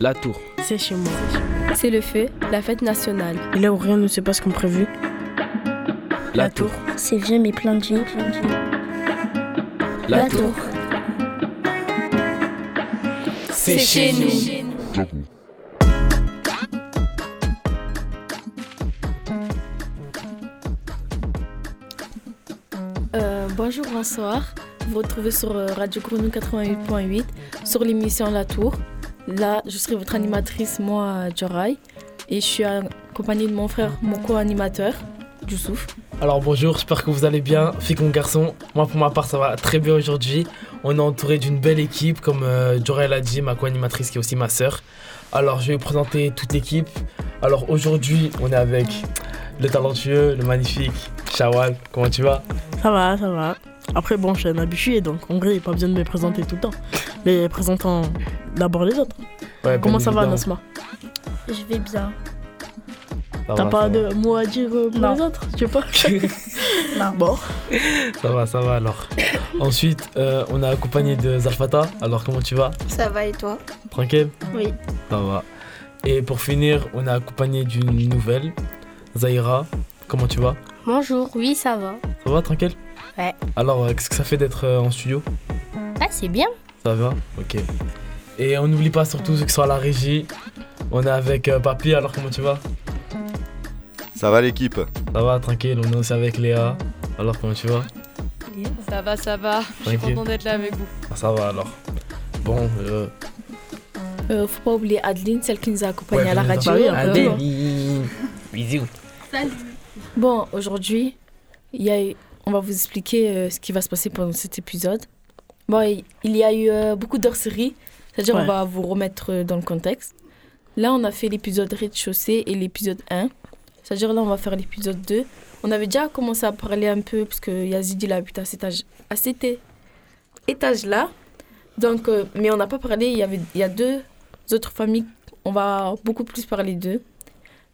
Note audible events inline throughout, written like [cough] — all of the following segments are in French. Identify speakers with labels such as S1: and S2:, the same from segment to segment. S1: La tour.
S2: C'est chez moi.
S3: C'est le feu, la fête nationale.
S2: Et là où rien ne se passe comme prévu.
S1: La, tour.
S4: C'est vieux mais plein de vie. Plein de vie.
S1: La, tour. C'est
S3: chez nous. Euh, bonjour, bonsoir. Vous vous retrouvez sur euh, Radio Grenouille 88.8 sur l'émission La Tour. Là, je serai votre animatrice, moi, Jorai. Et je suis en compagnie de mon frère, mon co-animateur, Youssouf.
S5: Alors bonjour, j'espère que vous allez bien, filles comme garçons. Moi pour ma part ça va très bien aujourd'hui. On est entouré d'une belle équipe comme euh, Jorel a dit, ma co-animatrice qui est aussi ma sœur. Alors je vais vous présenter toute l'équipe. Alors aujourd'hui on est avec le talentueux, le magnifique Shawal. Comment tu vas
S2: Ça va, ça va. Après, bon, je suis un habitué, donc en vrai, il n'y a pas besoin de me présenter tout le temps. Mais présentant d'abord les autres.
S5: Ouais,
S2: Comment
S5: bien
S2: ça va,
S5: évidemment.
S2: Nasma
S4: Je vais bien.
S5: Ça
S2: T'as
S5: va,
S2: pas
S5: ça
S2: de mots à dire euh, pour
S4: Non.
S2: les autres Tu sais pas
S6: [laughs]
S4: Non.
S2: Bon.
S5: va. Ça va, ça va alors. Ensuite euh, on est accompagné de Zarfata. Alors comment tu vas
S6: Ça va et toi
S5: Tranquille
S6: Oui.
S5: Ça va. Et pour finir on est accompagné d'une nouvelle, Zaira. Comment tu vas
S6: Bonjour, oui ça va.
S5: Ça va, tranquille
S6: Ouais.
S5: Alors, euh, qu'est-ce que ça fait d'être euh, en studio
S6: Ah c'est bien.
S5: Ça va Ok. Et on n'oublie pas surtout ceux qui sont à la régie. On est avec euh, Papy, alors comment tu vas
S7: Ça va l'équipe
S5: Ça va, tranquille. On est aussi avec Léa. Alors comment tu vas
S8: Ça va, ça va. Je suis
S5: Tranquille.
S8: content d'être là avec vous.
S5: Ah, Ça va alors. Bon, euh,
S3: Euh, faut pas oublier Adeline, celle qui nous a accompagnés
S5: Ouais,
S3: à la
S5: bien
S3: radio.
S5: sûr.
S3: Euh,
S5: Adeline.
S1: Bisous.
S3: Bon, aujourd'hui, il y a eu- on va vous expliquer euh, ce qui va se passer pendant cet épisode. Bon, il- il y a eu euh, beaucoup d'hors-série, c'est-à-dire
S2: Ouais.
S3: on va vous remettre euh, dans le contexte. Là, on a fait l'épisode rez-de-chaussée et l'épisode 1, c'est-à-dire là, on va faire l'épisode 2. On avait déjà commencé à parler un peu, parce que Yazid, il habite à cet, âge- à cet é- étage-là. Donc, euh, mais on n'a pas parlé, il y, avait, il y a deux autres familles, on va beaucoup plus parler d'eux.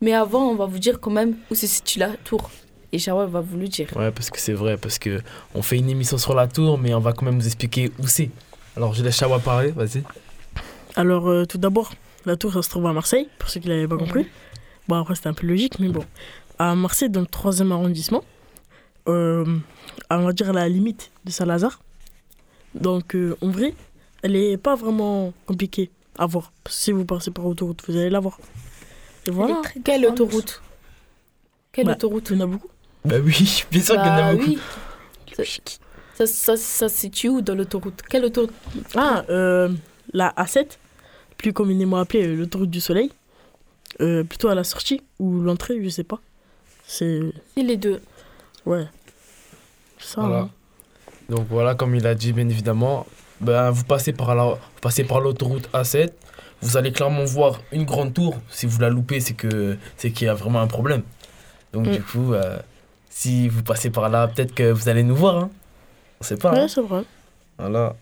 S3: Mais avant, on va vous dire quand même où se situe la tour. Et Shawal va vous le dire.
S5: ouais, parce que c'est vrai, parce que on fait une émission sur la tour, mais on va quand même vous expliquer où c'est. Alors, je laisse Chawa parler, vas-y.
S2: Alors, euh, tout d'abord, la tour, ça se trouve à Marseille, pour ceux qui l'avaient pas compris. Bon, après, c'était un peu logique, mais bon. À Marseille, dans le 3e arrondissement, euh, à, on va dire à la limite de Saint-Lazare. Donc, euh, en vrai, elle est pas vraiment compliquée à voir. Parce que si vous passez par autoroute, vous allez la voir. Et voilà.
S3: Quelle autoroute Quelle
S2: Bah,
S3: autoroute
S2: Il y en a beaucoup.
S5: Bah oui, bien sûr qu'il y en a
S3: Bah
S5: beaucoup.
S3: oui. Ça, ça, ça se situe où dans l'autoroute Quelle autoroute
S2: Ah, euh, la A7, plus communément appelée euh, l'autoroute du soleil, euh, plutôt à la sortie ou l'entrée, je sais pas. C'est. euh,
S3: C'est les deux.
S2: Ouais. Ça.
S5: Voilà.
S2: hein.
S5: Donc voilà, comme il a dit, bien évidemment, ben, vous passez par la, vous passez par l'autoroute A7, vous allez clairement voir une grande tour. Si vous la loupez, c'est que c'est qu'il y a vraiment un problème. Donc
S2: Mm.
S5: du coup, euh, si vous passez par là, peut-être que vous allez nous voir. Hein. On sait pas. hein.
S2: Ouais, c'est vrai.
S5: Voilà.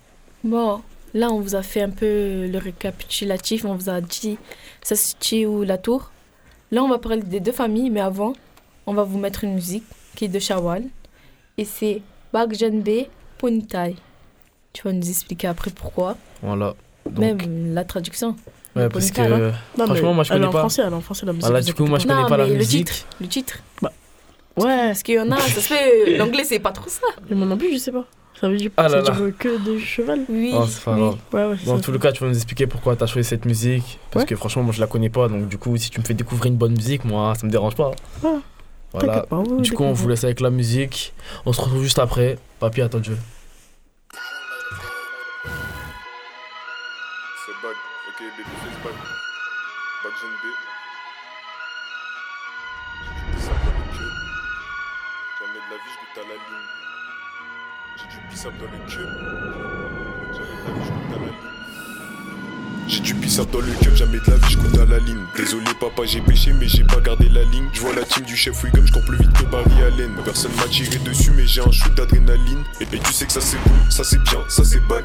S3: Bon, là, on vous a fait un peu le récapitulatif. On vous a dit ça se situe où la tour. Là, on va parler des deux familles, mais avant, on va vous mettre une musique qui est de Shawal. Et c'est Bagjanbe Puntai. Tu vas nous expliquer après pourquoi.
S5: Voilà. Donc,
S3: Même la traduction.
S5: ouais, parce que
S3: Ponta, là.
S2: Non,
S5: Franchement,
S2: mais
S5: moi, je
S2: elle est
S5: connais
S2: en
S5: pas.
S2: français, elle est en français la musique.
S5: voilà,
S2: vous
S5: du coup, moi je
S3: Non,
S5: connais pas la
S3: mais le
S5: musique.
S3: titre, le titre.
S2: inquiétez pas. Ouais,
S3: Parce qu'il y en a, ça se fait. euh, L'anglais, c'est pas trop ça.
S2: mais moi non plus, je sais pas. Ça veut dire,
S5: Ah
S2: ça
S5: là là.
S2: veut dire que de cheval.
S3: Oui.
S5: Oh, c'est pas
S3: oui.
S5: grave.
S2: Ouais, ouais, c'est
S5: Dans
S2: ça.
S5: tout le cas, tu vas nous expliquer pourquoi tu as choisi cette musique. Parce
S2: Ouais.
S5: que franchement, moi je la connais pas. Donc du coup, si tu me fais découvrir une bonne musique, moi ça me dérange pas. hein.
S2: Ouais.
S5: Voilà.
S2: T'inquiète pas, ouais,
S5: Du coup, on
S2: découvre.
S5: vous laisse avec la musique. On se retrouve juste après. Papy, à toi de jouer.
S9: C'est Bug, ok Babyface Bug. Bug Jeune B. J'ai du pisse à dans le cul. Jamais de la vie, je goûte à la ligne. J'ai du pisse à dans le cul. Jamais de la vie, je goûte à la ligne. J'ai du pissard dans le cœur, jamais de la vie, je compte à la ligne. Désolé papa, j'ai péché, mais j'ai pas gardé la ligne. Je vois la team du chef Wiggum, je cours plus vite que Barry Allen. Personne m'a tiré dessus, mais j'ai un shoot d'adrénaline. Et, et tu sais que ça c'est bon, ça c'est bien, ça c'est bad.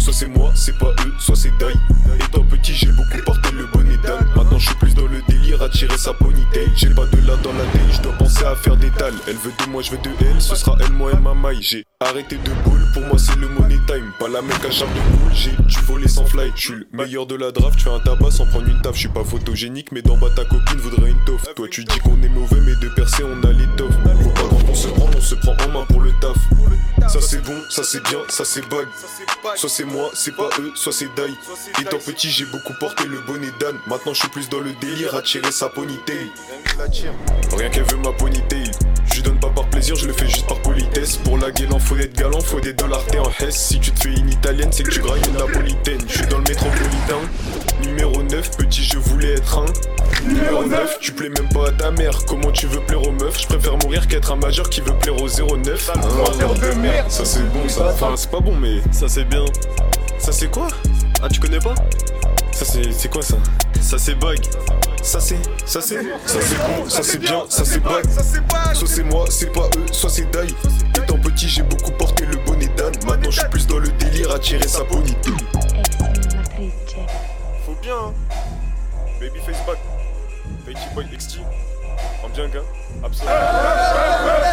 S9: Soit c'est moi, c'est pas eux, soit c'est Die. Étant petit, j'ai beaucoup porté le bonnet d'âne. Maintenant, je suis plus dans le délire à tirer sa ponytail. J'ai pas de là dans la tête, je dois penser commencé à faire des dalles. Elle veut de moi, je veux de elle, ce sera elle, moi et ma maille. J'ai arrêté de ball, pour moi c'est le money time. Pas la mec à charge de boule, j'ai du voler sans fly. Je suis le meilleur de la draft, tu fais un tabac sans prendre une taf. Je suis pas photogénique, mais d'en bas ta copine voudrait une toffe. Toi tu dis qu'on est mauvais, mais de percer on a l'étoffe. Faut pas quand on se prend, on se prend en main pour le taf. Ça c'est bon, ça c'est bien, ça c'est bag. Soit c'est moi, c'est pas eux, soit c'est Dai. Étant petit, j'ai beaucoup porté le bonnet d'âne. Maintenant, je suis plus dans le délire à tirer sa ponytail. Rien qu'elle veut ma ponytail. Je lui donne pas par plaisir, je le fais juste par politesse. Pour la guélan, faut être galant, faut des dollars, t'es en Hesse. Si tu te fais une italienne, c'est que tu grailles une napolitaine. Je suis dans le métropolitain. Numéro 9, petit, je voulais être un. Numéro 9, tu plais même pas à ta mère. Comment tu veux plaire aux meufs Je préfère mourir qu'être un majeur qui veut plaire au 09. de merde. Ah. Ça c'est bon, ça. Enfin, c'est pas bon, mais ça c'est bien. Ça c'est quoi Ah, tu connais pas Ça c'est c'est quoi ça Ça c'est bug. Ça c'est ça c'est ça c'est bon, ça c'est bien, ça c'est bug. Soit c'est moi, c'est pas eux, soit c'est Dai. Étant petit, j'ai beaucoup porté le bonnet d'âne. Maintenant, je suis plus dans le délire à tirer sa bonnie. Faut bien. hein. Babyface back. Fakey boy XT. En bien gars. Absolument.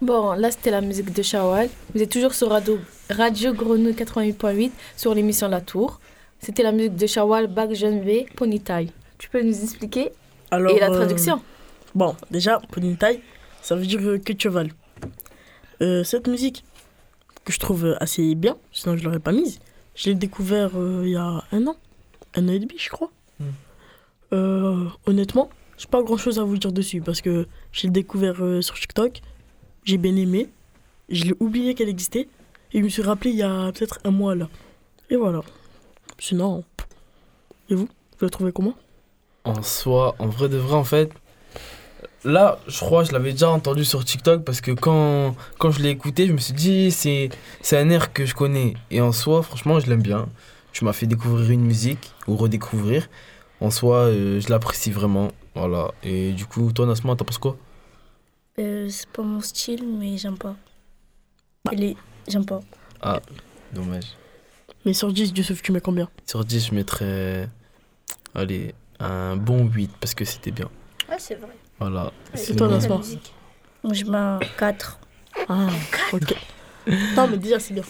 S3: Bon, là c'était la musique de Shawal. Vous êtes toujours sur Radio, Radio Grenouille 88.8 sur l'émission La Tour. C'était la musique de Shawal, Bac Jeune V, Ponytail. Tu peux nous expliquer
S2: Alors,
S3: Et la
S2: euh,
S3: traduction
S2: Bon, déjà, Ponytail, ça veut dire euh, queue de cheval. Euh, cette musique, que je trouve euh, assez bien, sinon je l'aurais pas mise, je l'ai découvert euh, il y a un an, un an et demi, je crois. Euh, honnêtement, j'ai pas grand chose à vous dire dessus parce que je l'ai découvert euh, sur TikTok, j'ai bien aimé, je l'ai oublié qu'elle existait et je me suis rappelé il y a peut-être un mois là. Et voilà. Sinon, pff. et vous Vous la trouvez comment
S5: En soi, en vrai de vrai, en fait. Là, je crois, je l'avais déjà entendu sur TikTok parce que quand, quand je l'ai écouté, je me suis dit, c'est, c'est un air que je connais. Et en soi, franchement, je l'aime bien. Tu m'as fait découvrir une musique ou redécouvrir. En soi, euh, je l'apprécie vraiment. Voilà. Et du coup, toi, Nasma, t'en penses quoi
S4: Euh, c'est pas mon style, mais j'aime pas. Elle est... J'aime pas.
S5: Ah, Dommage.
S2: Mais sur 10, Dieu tu mets combien
S5: Sur 10, je mettrais. Allez, un bon 8 parce que c'était bien.
S6: Ouais, c'est vrai.
S5: Voilà.
S2: C'est toi,
S5: bon.
S2: Nasma.
S4: Moi, Je mets un 4.
S2: Ah, ok. Non, mais déjà, c'est bien.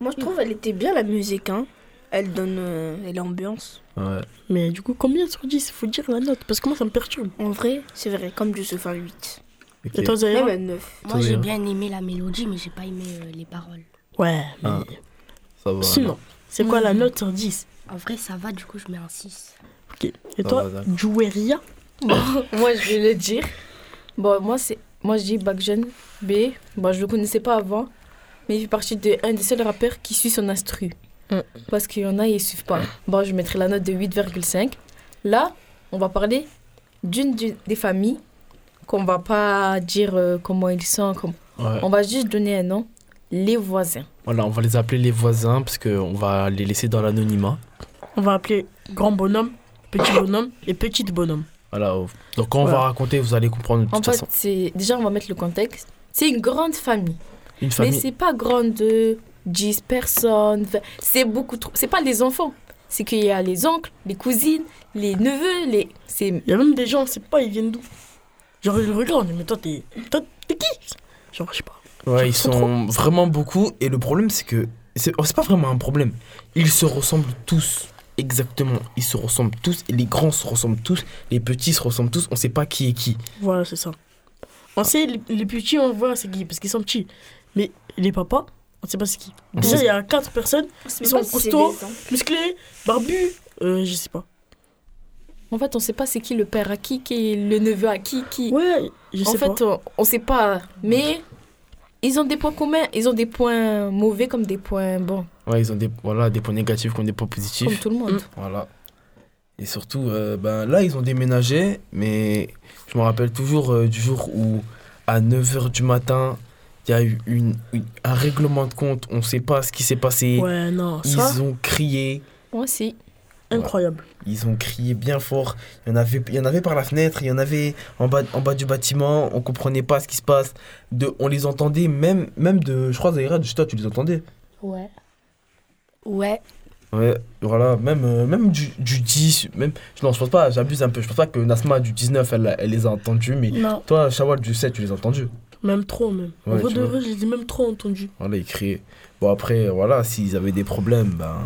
S6: Moi, je trouve elle était bien la musique, hein. Elle donne euh, l'ambiance.
S5: Ouais.
S2: Mais du coup, combien sur 10 Faut dire la note, parce que moi, ça me perturbe.
S6: En vrai, c'est vrai, comme du sofa 8.
S5: ok.
S2: Et toi, Zaya
S6: Même à 9.
S5: Toi,
S10: Moi j'ai
S5: Léa.
S10: bien aimé la mélodie, mais j'ai pas aimé euh, les paroles.
S2: Ouais, Mhm. mais
S5: Ah, Ça va.
S2: sinon, c'est quoi la note sur 10
S10: En vrai, ça va, du coup, je mets un 6.
S2: Ok. Et
S5: Ça
S2: toi,
S5: va, d'accord.
S2: Joueria
S3: Moi, je vais le dire. Bon, moi, c'est, moi je dis Bac Jeune B. Bon, je le connaissais pas avant, mais il fait partie de un des seuls rappeurs qui suit son instru.
S2: Mm.
S3: Parce qu'il y en a, ils suivent pas. Bon, je mettrai la note de 8,5. Là, on va parler d'une du- des familles qu'on va pas dire euh, comment ils sont. comme-
S5: Ouais.
S3: On va juste donner un nom les voisins.
S5: Voilà, on va les appeler les voisins parce qu'on va les laisser dans l'anonymat.
S2: On va appeler grand bonhomme,
S5: [coughs]
S2: petit bonhomme et petite bonhomme.
S5: Voilà. oh. Donc quand on va
S2: Voilà.
S5: raconter, vous allez comprendre de
S3: En
S5: toute
S3: fait,
S5: façon.
S3: c'est déjà, on va mettre le contexte. C'est une grande famille.
S5: Une
S3: Mais
S5: famille.
S3: c'est pas grande, de 10 personnes, 20. c'est beaucoup trop. C'est pas les enfants, c'est qu'il y a les oncles, les cousines, les neveux, les. C'est.
S2: Il y a même des gens, on sait pas, ils viennent d'où. Genre, ils le regardent, mais toi, t'es toi, t'es qui Genre, je sais pas.
S5: Ouais, ils
S2: c'est trop
S5: sont vraiment beaucoup et le problème c'est que c'est oh, c'est pas vraiment un problème. Ils se ressemblent tous. Exactement, ils se ressemblent tous, et les grands se ressemblent tous, les petits se ressemblent tous, on sait pas qui est qui.
S2: Voilà, c'est ça. On sait, les, les petits, on voit c'est qui, parce qu'ils sont petits. Mais les papas, on sait pas c'est qui.
S5: On
S2: Déjà,
S5: sait-
S2: il y a 4 personnes, ils sont costauds, musclés, barbus, euh, je sais pas.
S3: En fait, on sait pas c'est qui le père à qui, qui est le neveu à qui, qui.
S2: Ouais, je
S3: en
S2: sais pas.
S3: fait, on, on sait pas. Mais ils ont des points communs, ils ont des points mauvais comme des points bons,
S5: Ouais, ils ont des, voilà, des points négatifs comme des points positifs.
S3: comme tout le monde.
S2: Mm.
S5: Voilà. Et surtout, euh, ben, là, ils ont déménagé, mais je me rappelle toujours euh, du jour où, à 9h du matin, il y a eu une, une- un règlement de compte, on ne sait pas ce qui s'est passé.
S2: Ouais, non,
S5: ils
S2: ça,
S5: ont crié,
S3: Moi aussi.
S2: incroyable.
S5: ils ont crié bien fort. Il y en avait, il y en avait par la fenêtre, il y en avait en bas, en bas du bâtiment, on comprenait pas ce qui se passe. De, on les entendait même, même de, je crois, Zahira, de chez toi, tu les entendais.
S10: Ouais. Ouais.
S5: Ouais, voilà, même, euh, même du, du 10, même, non, je pense pas, j'abuse un peu, je pense pas que Nasma du 19, elle, elle les a entendus, mais
S2: Non.
S5: toi, Shawal du 7, tu les as entendus.
S2: Même trop, même. en
S5: Ouais,
S2: vrai
S5: tu
S2: de
S5: vois.
S2: vrai, je les ai même trop entendus.
S5: Voilà, ils criaient. Bon, après, voilà, s'ils avaient des problèmes, ben.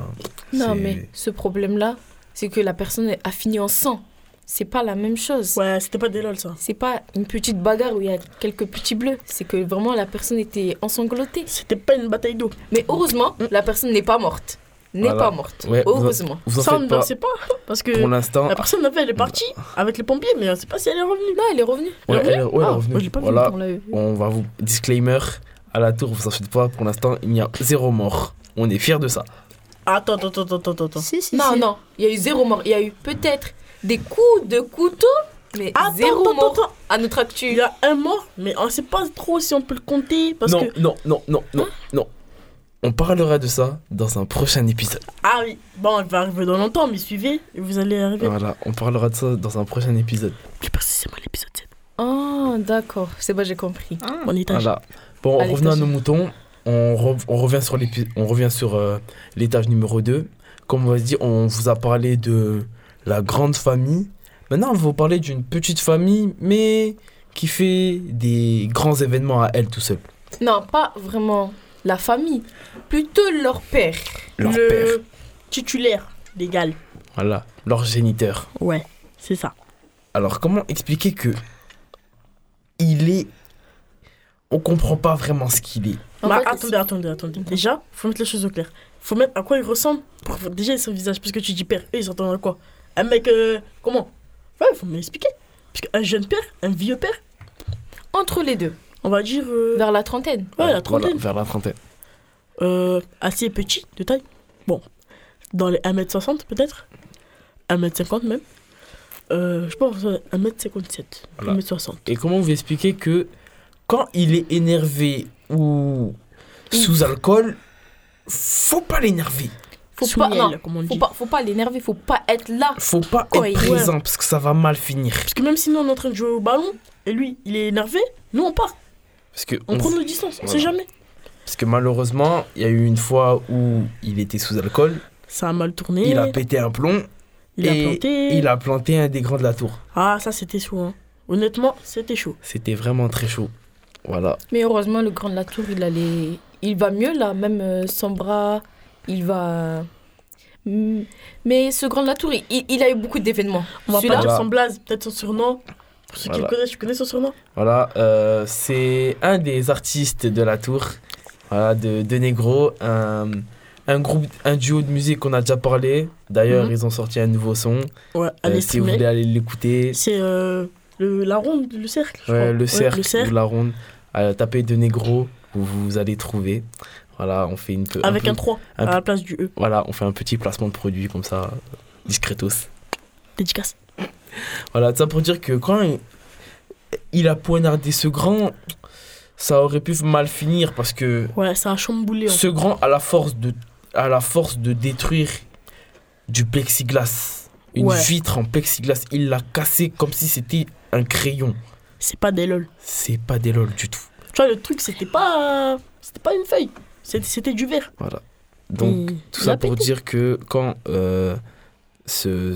S3: Non,
S5: c'est-
S3: mais ce problème-là, c'est que la personne a fini en sang. C'est pas la même chose.
S2: Ouais, c'était pas des lol, ça.
S3: C'est pas une petite bagarre où il y a quelques petits bleus. C'est que vraiment la personne était ensanglotée.
S2: C'était pas une bataille d'eau.
S3: Mais heureusement, la personne n'est pas morte. N'est
S5: Voilà.
S3: pas morte.
S5: Ouais, vous en-
S3: heureusement.
S5: vous en
S2: ça, on ne
S5: faites pas.
S2: sait pas. Parce que
S5: Pour l'instant.
S2: la personne avait, elle est partie avec les pompiers, mais on sait pas si elle est revenue.
S3: Non, elle est revenue.
S5: Ouais, elle, ouais, elle est
S2: Ah,
S5: revenue.
S2: moi, je l'ai pas vu,
S5: voilà,
S2: on l'a vu.
S5: on va vous. Disclaimer, à la tour, vous en faites pas, pour l'instant, il n'y a zéro mort. On est fiers de ça.
S2: Ah, Attends, attends, attends, attends, attends.
S3: non, non, il y a eu zéro mort. Il y a eu peut-être des coups de couteau, mais zéro mort à notre actu. Il
S2: y a un mort, mais on sait pas trop si on peut le compter. Parce
S5: non,
S2: que. Hein
S5: non, non, non, non, non. On parlera de ça dans un prochain épisode.
S2: Ah oui, bon, elle va arriver dans longtemps, mais suivez, et vous allez arriver.
S5: Voilà, on parlera de ça dans un prochain épisode.
S2: Je sais pas si c'est moi l'épisode 7.
S3: Ah, d'accord. C'est bon, j'ai compris.
S5: Ah.
S2: On est
S5: Voilà. Bon,
S3: À
S5: revenons à
S3: l'étage.
S5: nos moutons. On, re- on revient sur l'épi- on revient sur euh, l'étage numéro 2. Comme on vous a dit, on vous a parlé de la grande famille. Maintenant, on va vous parler d'une petite famille, mais qui fait des grands événements à elle tout seule.
S3: Non, pas vraiment la famille, plutôt leur père.
S5: Leur Le père.
S2: titulaire légal.
S5: Voilà, leur géniteur.
S2: Ouais, c'est ça.
S5: Alors, comment expliquer que il est. On comprend pas vraiment ce qu'il est.
S2: Bah, attendez, attendez, attendez. Déjà, faut mettre les choses au clair. Faut mettre à quoi il ressemble pour déjà son visage. Parce que tu dis père, eux ils s'entendent à quoi Un mec, euh, comment Ouais, faut m'expliquer. Parce qu'un jeune père, un vieux père.
S3: Entre les deux.
S2: On va dire. euh,
S3: Vers la trentaine.
S2: Ouais, la
S5: Voilà,
S2: trentaine.
S5: vers la trentaine.
S2: Euh, assez petit de taille. Bon, dans les 1m60 peut-être. 1m50 même. Euh, je pense euh, 1m57.
S5: Voilà.
S2: 1m60.
S5: Et comment vous expliquer que quand il est énervé ou sous alcool, faut pas l'énerver.
S3: Faut
S2: Sous
S3: pas,
S2: miel,
S3: non,
S2: comme on dit.
S3: faut pas, faut pas l'énerver, faut pas être là.
S5: Faut pas
S3: Ouais.
S5: être présent parce que ça va mal finir.
S2: Parce que même si nous on est en train de jouer au ballon et lui il est énervé, nous on part.
S5: Parce que
S2: On
S5: on-
S2: prend nos distances, on sait
S5: Mmh. Voilà.
S2: jamais.
S5: Parce que malheureusement, il y a eu une fois où il était sous alcool,
S2: Ça a mal tourné.
S5: il a pété un plomb.
S2: Il a
S5: et
S2: planté.
S5: Il a planté un des grands de la tour.
S2: Ah, ça c'était chaud. hein. Honnêtement, c'était chaud.
S5: C'était vraiment très chaud. Voilà.
S3: Mais heureusement, le grand de la tour, il allait, il va mieux là, même euh, son bras, il va. Mm. Mais ce grand de la tour, il, il- il a eu beaucoup d'événements.
S2: On va
S3: Celui-là,
S2: pas dire
S5: Voilà.
S2: son blaze, peut-être son surnom. Pour ceux qui
S5: Voilà.
S2: le connaissent, je connais son surnom.
S5: Voilà, euh, c'est un des artistes de la tour, voilà, de, de Negro, un, un groupe, un duo de musique qu'on a déjà parlé. D'ailleurs,
S2: Mhm.
S5: ils ont sorti un nouveau son.
S2: Ouais, allez,
S5: Euh, si vous
S2: streamer.
S5: voulez aller l'écouter,
S2: C'est euh, le- la ronde, le cercle. je
S5: ouais,
S2: crois.
S5: le
S2: Ouais,
S5: cercle,
S2: le cercle.
S5: ou la ronde, euh, tapez de Negro, vous, vous allez trouver. Voilà, on fait une peu-
S2: Avec
S5: peu-
S2: un 3
S5: un
S2: à la
S5: peu-
S2: place du E.
S5: Voilà, on fait un petit placement de produit comme ça, discretos.
S2: Dédicace.
S5: Voilà, ça pour dire que quand il, il a poignardé ce grand, ça aurait pu mal finir parce que
S2: Ouais, ça a chamboulé. en
S5: ce
S2: fait.
S5: grand a la force de, a la force de détruire du plexiglas. Une
S2: Ouais.
S5: vitre en plexiglas, il l'a cassé comme si c'était un crayon.
S2: C'est pas des lol.
S5: C'est pas des lol du tout.
S2: Tu vois, le truc, c'était pas. C'était pas une feuille. C'était- C'était du verre.
S5: Voilà. Donc,
S2: Il-
S5: tout
S2: il
S5: ça
S2: a
S5: pour
S2: pété.
S5: dire que quand euh, ce,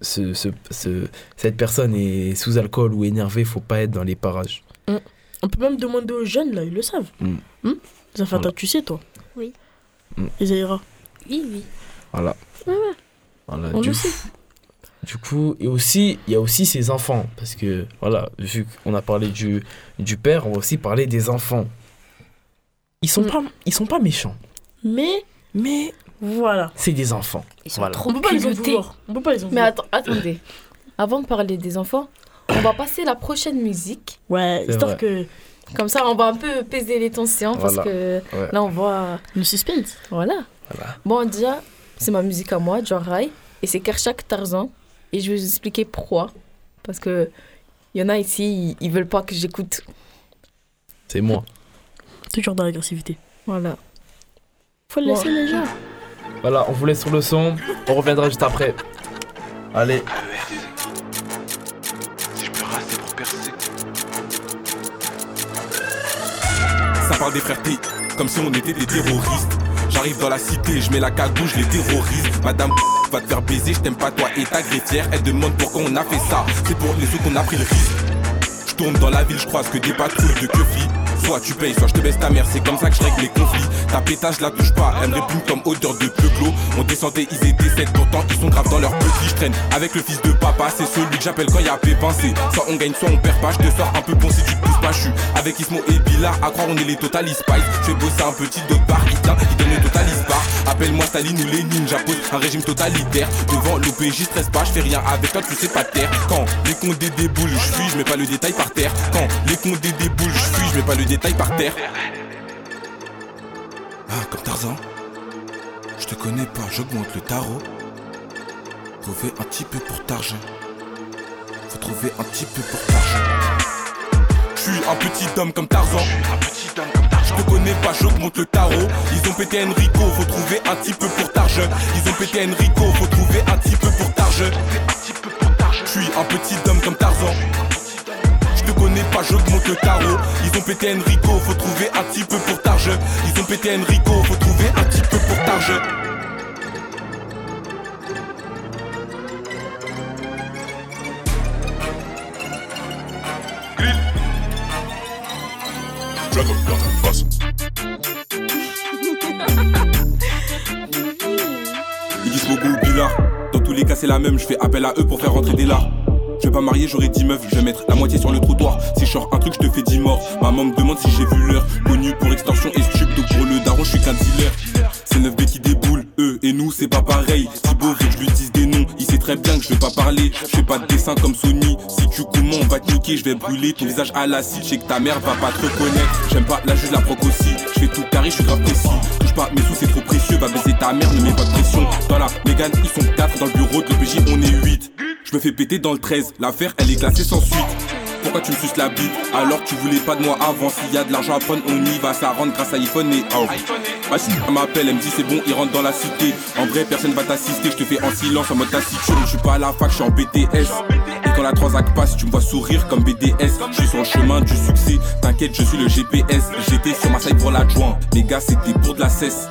S5: ce- ce- ce- cette personne est sous alcool ou énervée, faut pas être dans les parages.
S2: On peut même demander aux jeunes, là, ils le savent.
S5: Mm.
S2: Hmm Les enfants,
S5: Voilà.
S2: tu sais, toi
S4: Oui.
S5: Mm.
S2: Les Zahira.
S4: Oui, oui.
S5: Voilà. Voilà,
S2: On
S5: du,
S2: le sait.
S5: du coup, et aussi, il y a aussi ses enfants. Parce que, voilà, vu qu'on a parlé du, du père, on va aussi parler des enfants. Ils sont, pas, ils sont pas méchants,
S2: Mais,
S5: mais
S2: voilà.
S5: c'est des enfants.
S10: Ils sont
S5: Voilà.
S10: trop
S2: On peut pas les en
S10: culottés.
S2: vouloir. On peut pas les en
S3: Mais
S2: vouloir.
S3: atten- attendez, avant de parler des enfants, on va passer la prochaine musique.
S2: Ouais,
S5: C'est
S2: histoire
S5: vrai.
S2: que.
S3: Comme ça, on va un peu peser les tensions parce
S5: Voilà.
S3: que
S5: Ouais.
S3: là, on voit.
S2: Le suspense.
S3: Voilà.
S5: Voilà.
S3: Bon, déjà, c'est ma musique à moi, Jorai, et c'est Kershak Tarzan. Et je vais vous expliquer pourquoi. Parce que il y en a ici, ils, ils veulent pas que j'écoute.
S5: C'est moi.
S2: Toujours dans l'agressivité.
S3: Voilà.
S2: Faut le laisser, les gens.
S5: Voilà, on vous laisse sur le son. On reviendra juste après. Allez.
S11: Si je peux raser pour percer.
S12: Ça parle des frères P, comme si on était des terroristes. J'arrive J'arrive dans la cité, je mets la cagoule, je les terrorise. Madame va te faire baiser, je t'aime pas toi et ta greffière. Elle demande pourquoi on a fait ça. C'est pour les autres qu'on a pris le risque. Je tourne dans la ville, je croise que des patrouilles de keufis. Soit tu payes, soit je te baisse ta mère, c'est comme ça que je règle les conflits. Ta pétage, je la touche pas, elle me répugne comme odeur de peuglo. On descendait, ils étaient sept, pourtant ils sont graves dans leur petit. Je traîne avec le fils de papa, c'est celui que j'appelle quand y a pépin. C'est soit on gagne, soit on perd pas. Je te sors un peu bon si tu te pousses pas. Je suis avec Ismo et Bila, à croire on est les Total Spice. Je fais bosser un petit d'autres par il tient, il donne le Total Bar. Appelle-moi Staline ou Lénine, j'impose un régime totalitaire. Devant l'OPJ, stresse pas, je fais rien avec toi, tu sais pas taire. Quand les condés déboulent, je fuis, je mets pas le détail par terre. Quand les condés déboulent, je fuis, je mets pas le détail par terre. Ah, comme Tarzan Je te connais pas, j'augmente le tarot. Trouver un petit peu pour t'argent. Faut trouver un petit peu pour t'argent. Je suis un petit homme comme Tarzan. Je te connais pas, j'augmente le tarot. Ils ont pété Enrico, faut trouver un petit peu pour t'argent. Ils ont pété Enrico, faut trouver un petit peu pour t'argent. Je suis un petit homme comme Tarzan. Je te connais pas, j'augmente le tarot. Ils ont pété Enrico, faut trouver un petit peu pour t'argent. Ils ont pété Enrico, faut trouver un petit peu pour t'argent. Ils disent beaucoup au billard. Dans tous les cas, c'est la même. Je fais appel à eux pour faire rentrer des lards. Je vais pas marier, j'aurai 10 meufs. Je vais mettre la moitié sur le trottoir. Si je sors un truc, je te fais 10 morts. Maman me demande si j'ai vu l'heure. Connu pour extorsion et stup, donc pour le daron, je suis qu'un dealer. C'est 9 b qui déboule, eux et nous, c'est pas pareil. Thibaut veut que je lui dise des noms. Il sait très bien que je vais pas parler. Je fais pas de dessin comme Sony. Si tu comment on va te niquer, je vais brûler ton visage à l'acide. Je sais que ta mère va pas te reconnaître. J'aime pas la juge, la proc aussi. Je fais tout carré, je suis grave précis. Touche pas mes sous, c'est trop précieux. Va baiser ta mère, ne mets pas de pression. Dans la Mégane, ils sont 4. Dans le bureau de l'OPJ, on est 8. Je me fais péter dans le 13. L'affaire, elle est classée sans suite. Pourquoi tu me suces la bite alors que tu voulais pas de moi avant S'il y a de l'argent à prendre, on y va, ça rentre grâce à iPhone et out. Ma si elle m'appelle, elle me dit c'est bon, il rentre dans la cité. En vrai, personne va t'assister, je te fais en silence en mode tacite. Je suis pas à la fac, je suis en BTS. Et quand la transac passe, tu me vois sourire comme BDS. Je suis sur le chemin du succès, t'inquiète, je suis le GPS. J'étais sur ma side pour l'adjoint. Les gars, c'était pour de la cesse.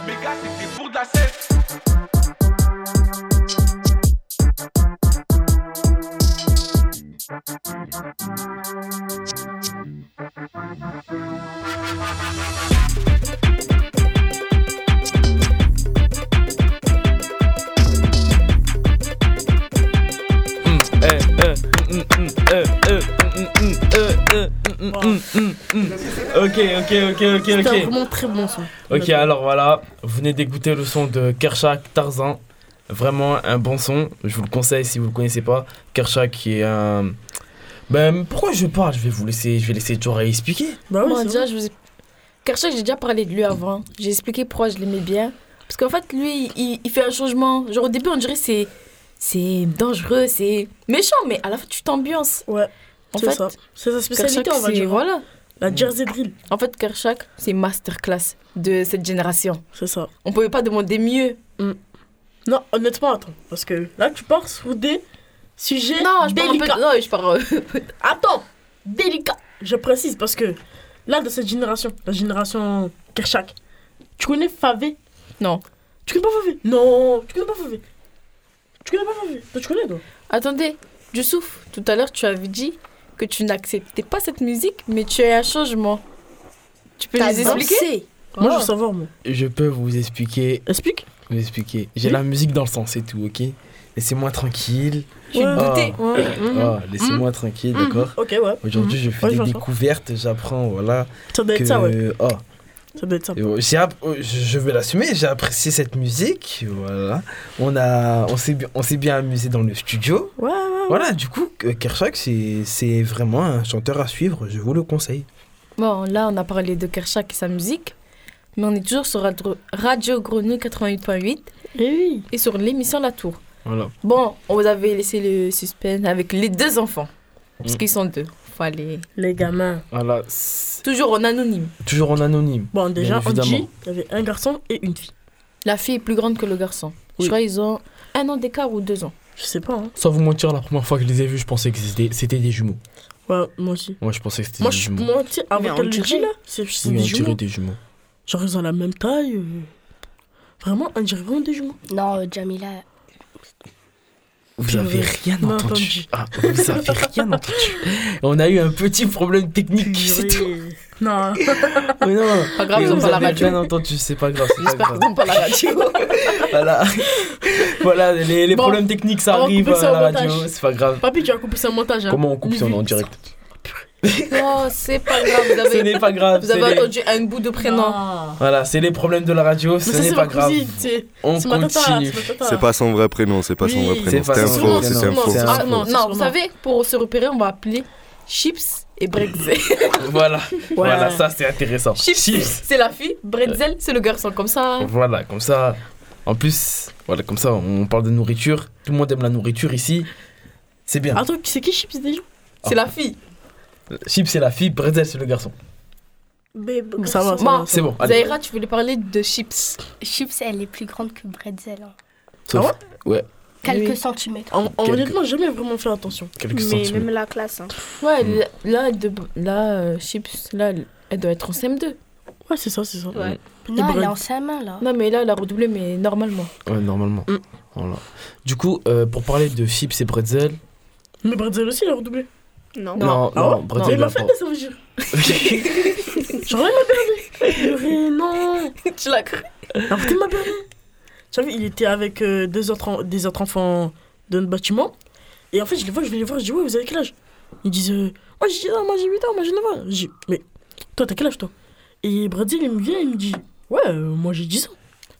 S5: Ok, ok, ok, ok,
S2: C'était un
S5: ok.
S2: vraiment très bon son.
S5: Ok, alors voilà, vous venez d'écouter le son de Kershak Tarzan. Vraiment un bon son, je vous le conseille si vous le connaissez pas. Kershak qui est un. Ben pourquoi je parle Je vais vous laisser, je vais laisser Jorah expliquer.
S2: Bah Ah
S3: Moi, déjà, je vous ai... Kershak, j'ai déjà parlé de lui avant. J'ai expliqué pourquoi je l'aimais bien. Parce qu'en fait, lui, il, il fait un changement. Genre, au début, on dirait c'est c'est dangereux, c'est méchant, mais à la fin, tu t'ambiances.
S2: Ouais.
S3: En
S2: C'est
S3: fait,
S2: ça. C'est sa spécialité,
S3: Kershak,
S2: on va
S3: c'est-
S2: dire.
S3: Voilà.
S2: La Jersey Drill.
S3: En fait, Kershak, c'est masterclass de cette génération.
S2: C'est ça.
S3: On pouvait pas demander mieux.
S2: Non, honnêtement, attends. Parce que là, tu pars sur des sujets
S3: Non, je pars un peu-
S2: délicats.
S3: non, je euh, pars. [laughs]
S2: attends, délicat. Je précise parce que là, de cette génération, la génération Kershak, tu connais Favé
S3: Non.
S2: Tu connais pas Favé Non, tu connais pas Favé. Tu connais pas Favé Toi, Tu connais, toi
S3: Attendez, Youssouf, tout à l'heure, tu avais dit que tu n'acceptais pas cette musique, mais tu as un changement. Tu peux
S2: T'as
S3: nous expliquer
S2: dansé. Moi, je veux savoir, moi.
S5: Je peux vous expliquer.
S2: Explique.
S5: Vous expliquer. J'ai
S2: Oui.
S5: la musique dans le sang, c'est tout, ok Laissez-moi tranquille.
S2: Je me
S5: Ah.
S2: doutais. Ouais.
S5: Ah,
S2: Mhm.
S5: Laissez-moi tranquille,
S2: Mhm.
S5: d'accord
S2: Ok, ouais.
S5: Aujourd'hui, je
S2: Mhm.
S5: fais
S2: Ouais, je
S5: des
S2: vois ça.
S5: découvertes, j'apprends, voilà.
S2: Ça doit être ça, ouais.
S5: oh.
S2: Ça doit être ça.
S5: Et bon, j'ai app- euh, Je je vais l'assumer, j'ai apprécié cette musique, voilà. On, a... on s'est bi- on s'est bien amusé dans le studio.
S2: Ouais, ouais, ouais.
S5: Voilà, du coup, euh, Kershak, c'est c'est vraiment un chanteur à suivre, je vous le conseille.
S3: Bon, là, on a parlé de Kershak et sa musique, mais on est toujours sur Radio, Radio Grenouille 88.8
S2: et,
S3: sur l'émission La Tour.
S5: Voilà.
S3: Bon, on vous avait laissé le suspense avec les deux enfants, parce
S5: Mm.
S3: qu'ils sont deux. Fallait.
S2: Les gamins.
S5: Voilà, c'est-
S3: Toujours en anonyme.
S5: toujours en anonyme.
S2: Bon,
S5: bien
S2: déjà, on dit
S5: évidemment.
S2: il y avait un garçon et une fille.
S3: La fille est plus grande que le garçon. Je crois qu'ils ont un an d'écart ou deux ans.
S2: Je sais pas. Hein.
S5: Sans vous mentir, la première fois que je les ai vus, je pensais que c'était c'était des jumeaux.
S2: Ouais, moi aussi. Oh,
S5: Moi, je pensais que c'était
S2: Moi,
S5: des
S2: je suis
S5: jumeaux.
S2: menti
S6: Mais
S2: avant
S6: on
S2: qu'elle le
S6: dirait.
S2: dise, là. C'est c'est
S5: Oui,
S2: des
S5: on dirait
S2: jumeaux.
S5: des jumeaux.
S2: Genre, ils ont la même taille. euh. Vraiment, on dirait vraiment deux jumeaux.
S10: Non, euh, Jamila.
S5: Vous avez rien
S2: Non,
S5: entendu.
S2: entendu.
S5: Ah, vous avez rien entendu.
S2: [laughs]
S5: On a eu un petit problème technique, c'est tout.
S2: [laughs] Non.
S5: Mais non.
S2: Pas grave,
S5: Mais
S2: ils ont
S5: vous
S2: pas la
S5: avez
S2: radio.
S5: bien entendu, c'est pas grave. c'est pas grave.
S3: pas la radio.
S5: [laughs] Voilà. voilà, les, les
S2: Bon,
S5: problèmes techniques, ça
S2: on va
S5: arrive
S2: couper
S5: à
S2: ça
S5: la
S2: au
S5: radio,
S2: montage.
S5: c'est pas grave.
S2: Papy, tu as coupé ça au montage. hein.
S5: Comment on coupe si on est en
S2: Lui,
S5: direct
S3: [laughs] Non, c'est pas grave. Vous avez,
S5: Ce n'est pas grave,
S3: Vous avez
S5: c'est les-
S3: entendu un bout de prénom.
S5: Voilà, c'est les problèmes de la radio,
S3: ça,
S5: ce
S3: c'est
S5: n'est
S3: ma
S5: pas grave.
S3: cousine, c'est-
S5: On
S3: c'est ma tata, c'est ma
S5: continue.
S3: tata.
S7: C'est pas son vrai prénom, c'est pas son
S5: Oui,
S7: vrai
S5: c'est
S7: prénom.
S5: pas
S7: C'est
S5: son
S7: info,
S5: vrai
S7: c'est
S5: prénom,
S7: info.
S5: Oh, c'est
S7: c'est
S5: un
S3: Ah
S7: info.
S3: non, non,
S2: sûrement.
S3: vous savez, pour se repérer, on va appeler Chips et
S5: [laughs]
S3: Bretzel.
S5: [laughs] Voilà, voilà, ça c'est intéressant.
S3: Chips,
S5: Chips.
S3: c'est la fille, Bretzel, c'est le garçon, comme ça. hein.
S5: Voilà, comme ça. En plus, voilà, comme ça, on parle de nourriture. Tout le monde aime la nourriture ici. C'est bien.
S2: Attends, c'est qui Chips déjà
S5: Ah.
S3: C'est la fille.
S5: Chips, c'est la fille, Bretzel, c'est le garçon.
S2: Ça va, ça
S3: Bon,
S2: va, ça
S5: C'est bon, allez.
S3: Zahira, tu voulais parler de Chips.
S10: Chips, elle est plus grande que Bretzel. hein.
S5: Sauf- ouais.
S10: Quelques
S2: Oui.
S10: centimètres.
S2: En- en-
S5: Quelques-
S2: Honnêtement, j'ai jamais vraiment fait attention.
S5: Quelques
S6: Mais
S5: centimètres.
S6: même la classe. hein.
S3: Ouais,
S5: Hmm.
S3: là, là, de, là euh, Chips, là, elle- elle doit être en CM2.
S2: Ouais, c'est ça, c'est ça.
S3: Ouais.
S10: Non, elle est en sa main là.
S3: Non, mais là, elle a redoublé, mais normalement.
S5: Ouais, normalement.
S2: Mm.
S5: Voilà. Du coup, euh, pour parler de chips et bretzel.
S2: Mais Bretzel aussi, il a redoublé.
S6: Non.
S5: Non,
S2: Ah
S5: non,
S2: ouais
S5: bretzel.
S2: Il m'a
S5: là,
S2: fait
S5: pas-
S2: des sauvages. J'aurais m'a perdu. J'aurais- non.
S3: [laughs] tu l'as cru.
S2: Alors, tu m'as perdu. Tu as vu, il était avec euh, deux autres, en- des autres enfants d'un bâtiment. Et en fait, je les vois, je vais les voir, je dis, ouais, vous avez quel âge Ils disent, euh, oh, j'ai 10 ans, moi j'ai 8 ans, moi j'ai 9 ans. Je dis, mais toi, t'as quel âge toi Et Brazil, il me vient, il me dit, ouais, euh, moi j'ai 10 ans.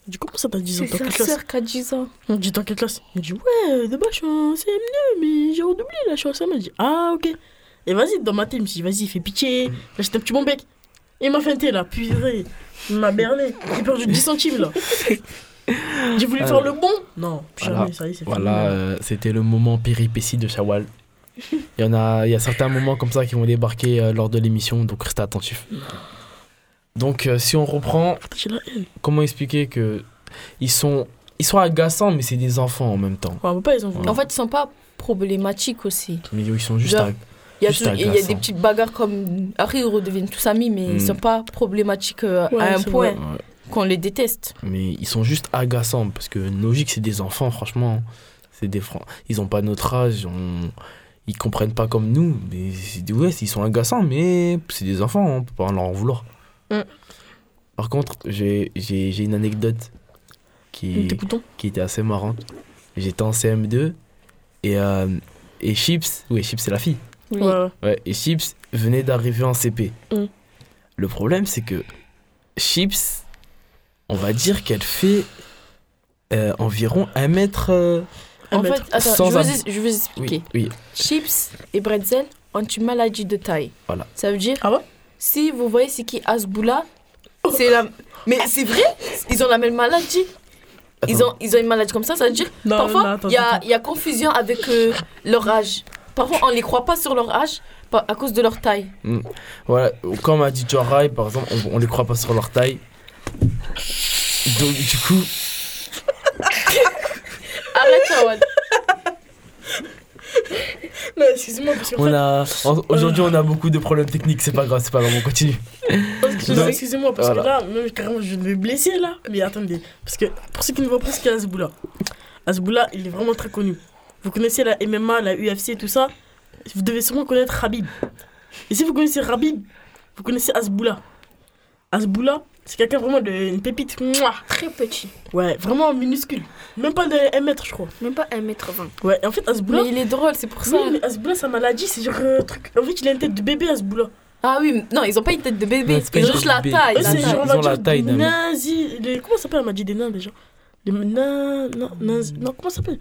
S2: Je dis, comment ça t'as 10 ans
S3: C'est
S2: T'as
S3: sa
S2: quelle classe
S3: sœur qui a 10 ans.
S2: On dit, t'as quelle classe Il me dit, ouais, euh, de base, je suis en CM2, mais j'ai redoublé, là, je suis en CM2. Je dis, ah, ok. Et vas-y, dans ma tête, je me suis dit, vas-y, fais pitié, lâche un petit bon bec. Il m'a feinté, là, purée. Il m'a berné. J'ai perdu 10 centimes,
S5: [laughs]
S2: là. J'ai voulu faire le bon. Non, plus
S5: Ah. Voilà,
S2: jamais, ça y est, c'est
S5: Voilà,
S2: fini.
S5: euh, c'était le moment péripétie de Shawal. Il y en a, il y a certains moments comme ça qui vont débarquer euh, lors de l'émission, donc restez attentifs. Donc, euh, si on reprend,
S2: J'ai la haine.
S5: comment expliquer que ils sont, ils sont agaçants, mais c'est des enfants en même temps.
S2: Ouais, on peut pas, ils ont
S5: Ouais.
S3: En fait, ils sont pas problématiques aussi.
S5: Mais ils sont juste,
S3: Genre,
S5: ag-
S3: Il y, a
S5: juste
S3: tout- il y a
S5: agaçants.
S3: des petites bagarres comme après ils redeviennent tous amis mais
S5: Mm.
S3: ils sont pas problématiques euh,
S2: Ouais,
S3: à un
S2: c'est
S3: point
S2: vrai.
S5: Ouais,
S3: qu'on les déteste.
S5: mais ils sont juste agaçants parce que logique, c'est des enfants, franchement, c'est des fran- Ils ont pas notre âge, on- ils comprennent pas comme nous. Mais c'est- ouais, ils sont agaçants, mais c'est des enfants, hein, on peut pas leur en vouloir.
S2: Mm.
S5: Par contre, j'ai j'ai- j'ai une anecdote qui,
S2: T'écoutons.
S5: qui était assez marrante. J'étais en CM2 et, euh, et Chips, oui, Chips c'est la fille,
S3: Oui.
S2: Ouais, ouais.
S5: ouais, et Chips venait d'arriver en CP.
S2: Mm.
S5: Le problème, c'est que Chips, on va dire qu'elle fait euh, environ 1 mètre. euh,
S3: En fait,
S2: Admettre.
S3: attends,
S5: Sans
S3: je vais
S5: ab-
S3: vous, je vais vous expliquer.
S5: oui, oui,
S3: Chips et Bretzel ont une maladie de taille.
S5: voilà.
S3: Ça veut dire
S2: Ah ouais
S3: si vous voyez c'est qui Asboula, c'est la mais c'est vrai, ils ont la même maladie. Ils
S5: Attends.
S3: ont, ils ont une maladie comme ça, ça veut dire
S2: Non, non,
S3: parfois
S2: attends,
S3: il y, a-
S2: attends.
S3: il y a confusion avec euh, leur âge. Parfois on les croit pas sur leur âge par- à cause de leur taille.
S5: Mm. Voilà, comme a dit Jorai, par exemple, on, on les croit pas sur leur taille. Donc, du coup,
S3: Arrête Shawad.
S2: Non, excuse-moi, parce qu'en
S5: on
S2: fait,
S5: a. euh, en- Aujourd'hui, on a beaucoup de problèmes techniques, c'est pas grave, c'est pas grave, on continue.
S2: excusez-moi, excusez-moi, parce
S5: Voilà.
S2: que là, même carrément, je vais me blesser, là. Mais attendez, parce que pour ceux qui ne voient pas ce qu'il y a Azboula, Azboula, il est vraiment très connu. Vous connaissez la MMA, la UFC et tout ça Vous devez sûrement connaître Habib. Et si vous connaissez Habib, vous connaissez Azboula. Azboula, c'est quelqu'un vraiment de une pépite. Mouah
S6: Très petit.
S2: Ouais, vraiment minuscule. Même pas de 1 mètre, je crois.
S6: Même pas 1m20.
S2: Ouais, et en fait, Azboula.
S3: Mais il est drôle, c'est pour ça.
S2: Oui, mais Azboula, sa maladie, c'est genre euh, truc. En fait, il a une tête de bébé, Azboula.
S3: Ah oui, mais- non, ils ont pas une tête de
S5: Non,
S3: bébé,
S5: c'est pas
S3: ils
S5: une
S3: ont juste
S5: tête de
S3: la
S5: bébé.
S3: taille.
S5: Eux,
S2: Eux,
S3: la
S5: c'est
S2: c'est
S5: ils
S3: taille.
S2: genre, Ah, on
S5: ont
S2: va
S5: la
S2: dire,
S5: taille
S2: des
S5: d'un mec.
S2: nazis. Les... Comment ça s'appelle, on m'a dit des nains déjà Les nains. Non, nains- non comment ça s'appelle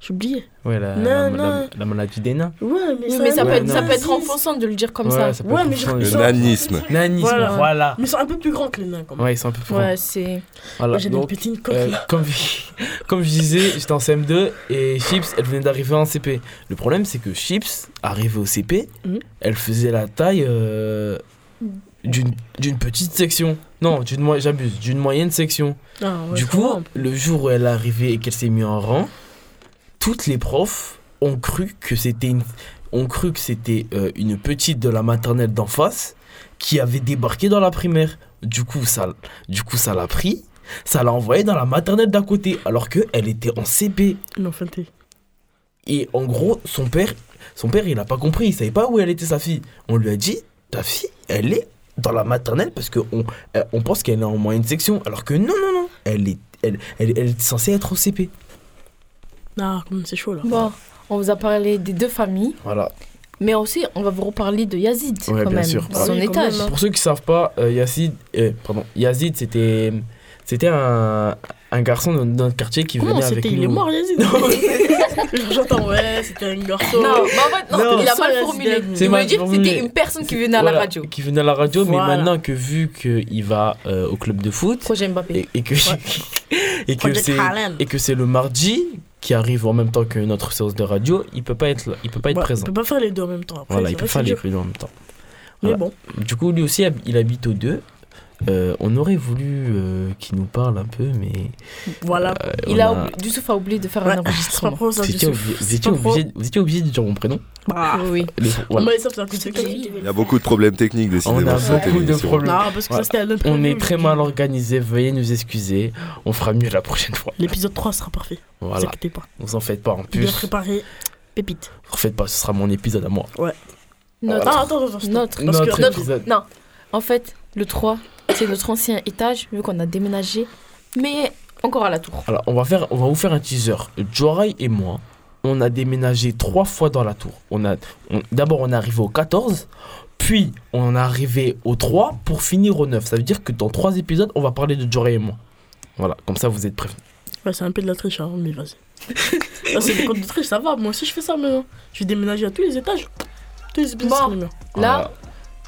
S2: J'ai oublié.
S5: Ouais, la,
S2: Non,
S5: la-
S2: non.
S5: la- la maladie des nains.
S2: Ouais, mais,
S3: Oui, mais ça peut,
S5: Ouais,
S3: être, ça
S5: non.
S3: peut être
S2: nazis.
S3: enfonçant de le dire comme
S5: Ouais,
S3: ça.
S5: peut
S2: Ouais,
S5: être
S2: mais
S5: pour
S2: genre,
S5: ça,
S2: ils
S5: les-
S7: Le
S2: sont-
S7: nanisme.
S5: Nanisme,
S2: Voilà.
S5: voilà.
S2: Mais ils sont un peu plus grands que les nains quand même.
S5: Ouais, ils sont un peu plus grands.
S3: Ouais, c'est.
S5: Voilà,
S2: Moi, j'ai des
S5: donc,
S2: petites coques
S5: euh,
S2: là.
S5: comme, je- comme je disais, j'étais en CM2 et Chips, elle venait d'arriver en CP. Le problème, c'est que Chips, arrivée au CP,
S2: Mhm.
S5: elle faisait la taille euh, d'une d'une petite section. Non, d'une mo- j'abuse, d'une moyenne section.
S2: Ah, ouais,
S5: du
S2: ça
S5: coup,
S2: va.
S5: le jour où elle est arrivée et qu'elle s'est mise en rang, toutes les profs ont cru que c'était une, ont cru que c'était euh, une petite de la maternelle d'en face qui avait débarqué dans la primaire. Du coup, ça, du coup, ça l'a pris. ça l'a envoyée dans la maternelle d'à côté, alors qu'elle était en CP.
S2: L'enfanté.
S5: Et en gros, son père, son père, il n'a pas compris, il savait pas où elle était sa fille. On lui a dit, ta fille, elle est dans la maternelle parce qu'on on euh, on pense qu'elle est en moyenne section, alors que non, non, non, elle est, elle, elle, elle est censée être au CP.
S2: Ah, comme c'est chaud là.
S3: Bon, on vous a parlé des deux familles.
S5: Voilà.
S3: Mais aussi, on va vous reparler de Yazid,
S5: Ouais,
S3: quand
S5: bien
S3: même,
S5: sûr.
S3: son
S5: Oui, hein.
S3: étage.
S5: Pour ceux qui savent pas, euh, Yazid, euh, pardon, Yazid, c'était, c'était un, un garçon de notre quartier qui
S2: Comment
S5: venait avec
S2: c'était
S5: nous.
S2: Il est mort,
S5: [laughs]
S2: Yazid Genre, J'entends, ouais, c'était un garçon.
S3: Non, mais en fait, non,
S2: Non.
S3: il a mal
S2: Yazid,
S3: formulé.
S2: Yazid.
S5: C'est
S3: Il
S5: mal
S3: voulait dire que
S5: formulé.
S3: c'était une personne qui venait à
S5: Voilà,
S3: la radio.
S5: Qui venait à la radio, mais
S3: Voilà.
S5: maintenant que vu qu'il va euh, au club de foot. Et, et que, [laughs] et que
S3: Project
S5: c'est
S3: Harlem.
S5: et que c'est le mardi qui arrive en même temps que notre séance de radio, il peut pas être là, il peut pas être
S2: Ouais,
S5: présent.
S2: Il peut pas faire les deux en même temps. Après,
S5: Bah, voilà,
S2: c'est
S5: il peut
S2: vrai,
S5: faire
S2: c'est dur.
S5: les deux en même temps.
S2: Mais
S5: Voilà. Du coup, lui aussi, il habite aux deux. Euh, on aurait voulu euh, qu'il nous parle un peu, mais.
S2: Voilà.
S5: Euh,
S3: Il
S5: on
S3: a,
S5: a-
S3: oubli- Dussouf a oublié de faire
S2: Ouais,
S3: un enregistrement.
S5: [laughs] Vous étiez, obligé- vous étiez obligé, vous étiez obligé de dire mon prénom Ah.
S2: Bah,
S3: oui.
S2: [laughs]
S5: Les- voilà.
S7: Il y a beaucoup de problèmes techniques décidément.
S5: On a
S7: sur cette
S5: beaucoup de
S7: émission.
S5: problèmes.
S2: Non, parce que ça, c'était à notre
S5: On
S2: prévu.
S5: est très mal organisé, veuillez nous excuser. On fera mieux la prochaine fois.
S2: L'épisode 3 sera parfait.
S5: Voilà.
S2: Vous inquiétez pas.
S5: Vous en faites pas en plus.
S2: Bien préparé. Pépite.
S5: Vous en faites pas, ce sera mon épisode à moi.
S2: Ouais.
S3: Notre.
S2: Ah, attends, attends, attends.
S3: Notre.
S5: Notre
S3: Parce que-
S5: épisode.
S3: Non. En fait, le 3, c'est notre ancien étage, vu qu'on a déménagé, mais encore à la tour.
S5: Alors, on va, faire, on va vous faire un teaser. Joray et moi, on a déménagé trois fois dans la tour. On a, on- D'abord, on est arrivé au 14, puis on est arrivé au 3 pour finir au 9. Ça veut dire que dans trois épisodes, on va parler de Joray et moi. Voilà, comme ça, vous êtes prévenus.
S2: Ouais, c'est un peu de la triche, hein, mais
S3: [laughs]
S2: vas-y. Ah, c'est des codes de triche, ça va. Moi aussi, je fais ça maintenant. Je vais déménager à tous les étages. Tous les épisodes,
S3: Bon.
S2: sont les miens.
S3: Là,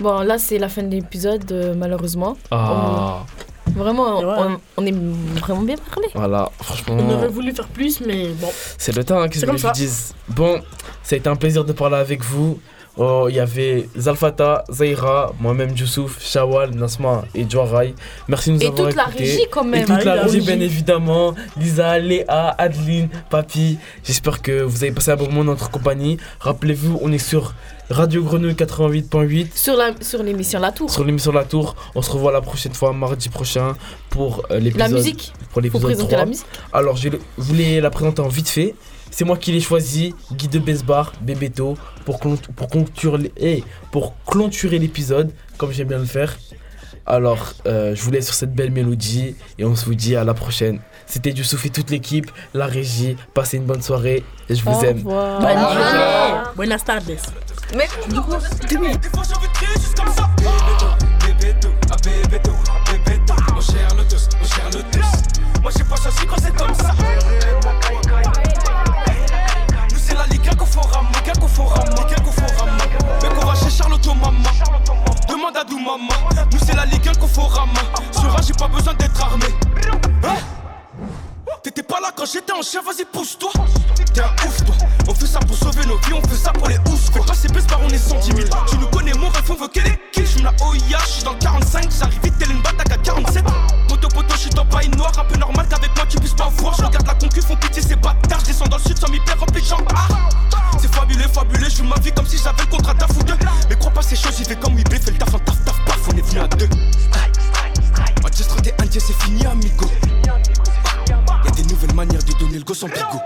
S3: bon, là c'est la fin de l'épisode, euh, malheureusement.
S5: Ah,
S3: On- vraiment, on, on est vraiment bien parlé.
S5: voilà, franchement.
S2: On aurait voulu faire plus, mais bon.
S5: C'est le temps hein,
S2: C'est
S5: qu'est-ce que
S2: comme
S5: je vous
S2: ça.
S5: dise. Bon, ça a été un plaisir de parler avec vous. Oh, Il y avait Zalfata, Zaira, moi-même Youssouf, Shawal, Nasma et Joarai. Merci de nous
S3: Et
S5: avoir
S3: toute la
S5: écoutés.
S3: régie, quand même.
S5: Et toute
S3: Ah,
S5: la
S3: la
S5: régie,
S3: régie.
S5: bien évidemment. Lisa, Léa, Adeline, Papi. J'espère que vous avez passé un bon moment en notre compagnie. Rappelez-vous, on est sur Radio Grenouille 88.8
S3: Sur la sur l'émission La Tour.
S5: sur l'émission La Tour. On se revoit la prochaine fois, mardi prochain, pour euh, l'épisode.
S3: La musique.
S5: Pour l'épisode
S3: Faut présenter
S5: 3.
S3: la musique.
S5: Alors, je le- voulais la présenter en vite fait. C'est moi qui l'ai choisi, Guy de Besbar, Bébéto, pour, clon- pour, conclure les- hey, pour clôturer l'épisode, comme j'aime bien le faire. Alors, euh, je vous laisse sur cette belle mélodie et on se vous dit à la prochaine. C'était du et toute l'équipe, la régie. Passez une bonne soirée et je vous
S2: Au
S5: aime.
S3: Ah,
S2: revoir.
S5: Bye.
S2: Bonne journée. Buenas tardes.
S3: Mais du coup,
S9: On gère le dos, on gère le dos. Moi j'ai pas choisi quand c'est comme ça. Nous c'est la Ligue 1 qu'on fera, moi, qu'on fera, moi, qu'on fera, moi. Mais qu'on va chez Charlotte au maman. Demande à Doumama. Nous c'est la Ligue 1 qu'on fera, moi. Sur un, j'ai pas besoin d'être armé. Hein T'étais pas là quand j'étais en chien, vas-y pousse-toi. T'es un ouf, toi. On fait ça pour sauver nos vies, on fait ça pour les ouf, quoi. Fais pas ces baisses par on est 110 000. Tu nous connais, mon ref, on veut qu'elle est kill. J'fume la OIA, j'suis dans le 45, j'arrive vite, telle une bataille à 47. Poto, poto, j'suis dans paille noire, un peu normal qu'avec moi tu puisses pas voir. Je regarde la concu, font pitié ces bâtards. J'descends dans le sud sans mi père rempli de jambes. Ah c'est fabuleux, fabuleux, j'fume ma vie comme si j'avais le contrat d'un fou deux. Mais crois pas ces choses, il fait comme Wibé, fait le taf, en taf, taf, paf, on est venu à deux. Manchester, t'es indien, c'est fini, amigo. Y'a des nouvelles manières de donner le go sans bigot.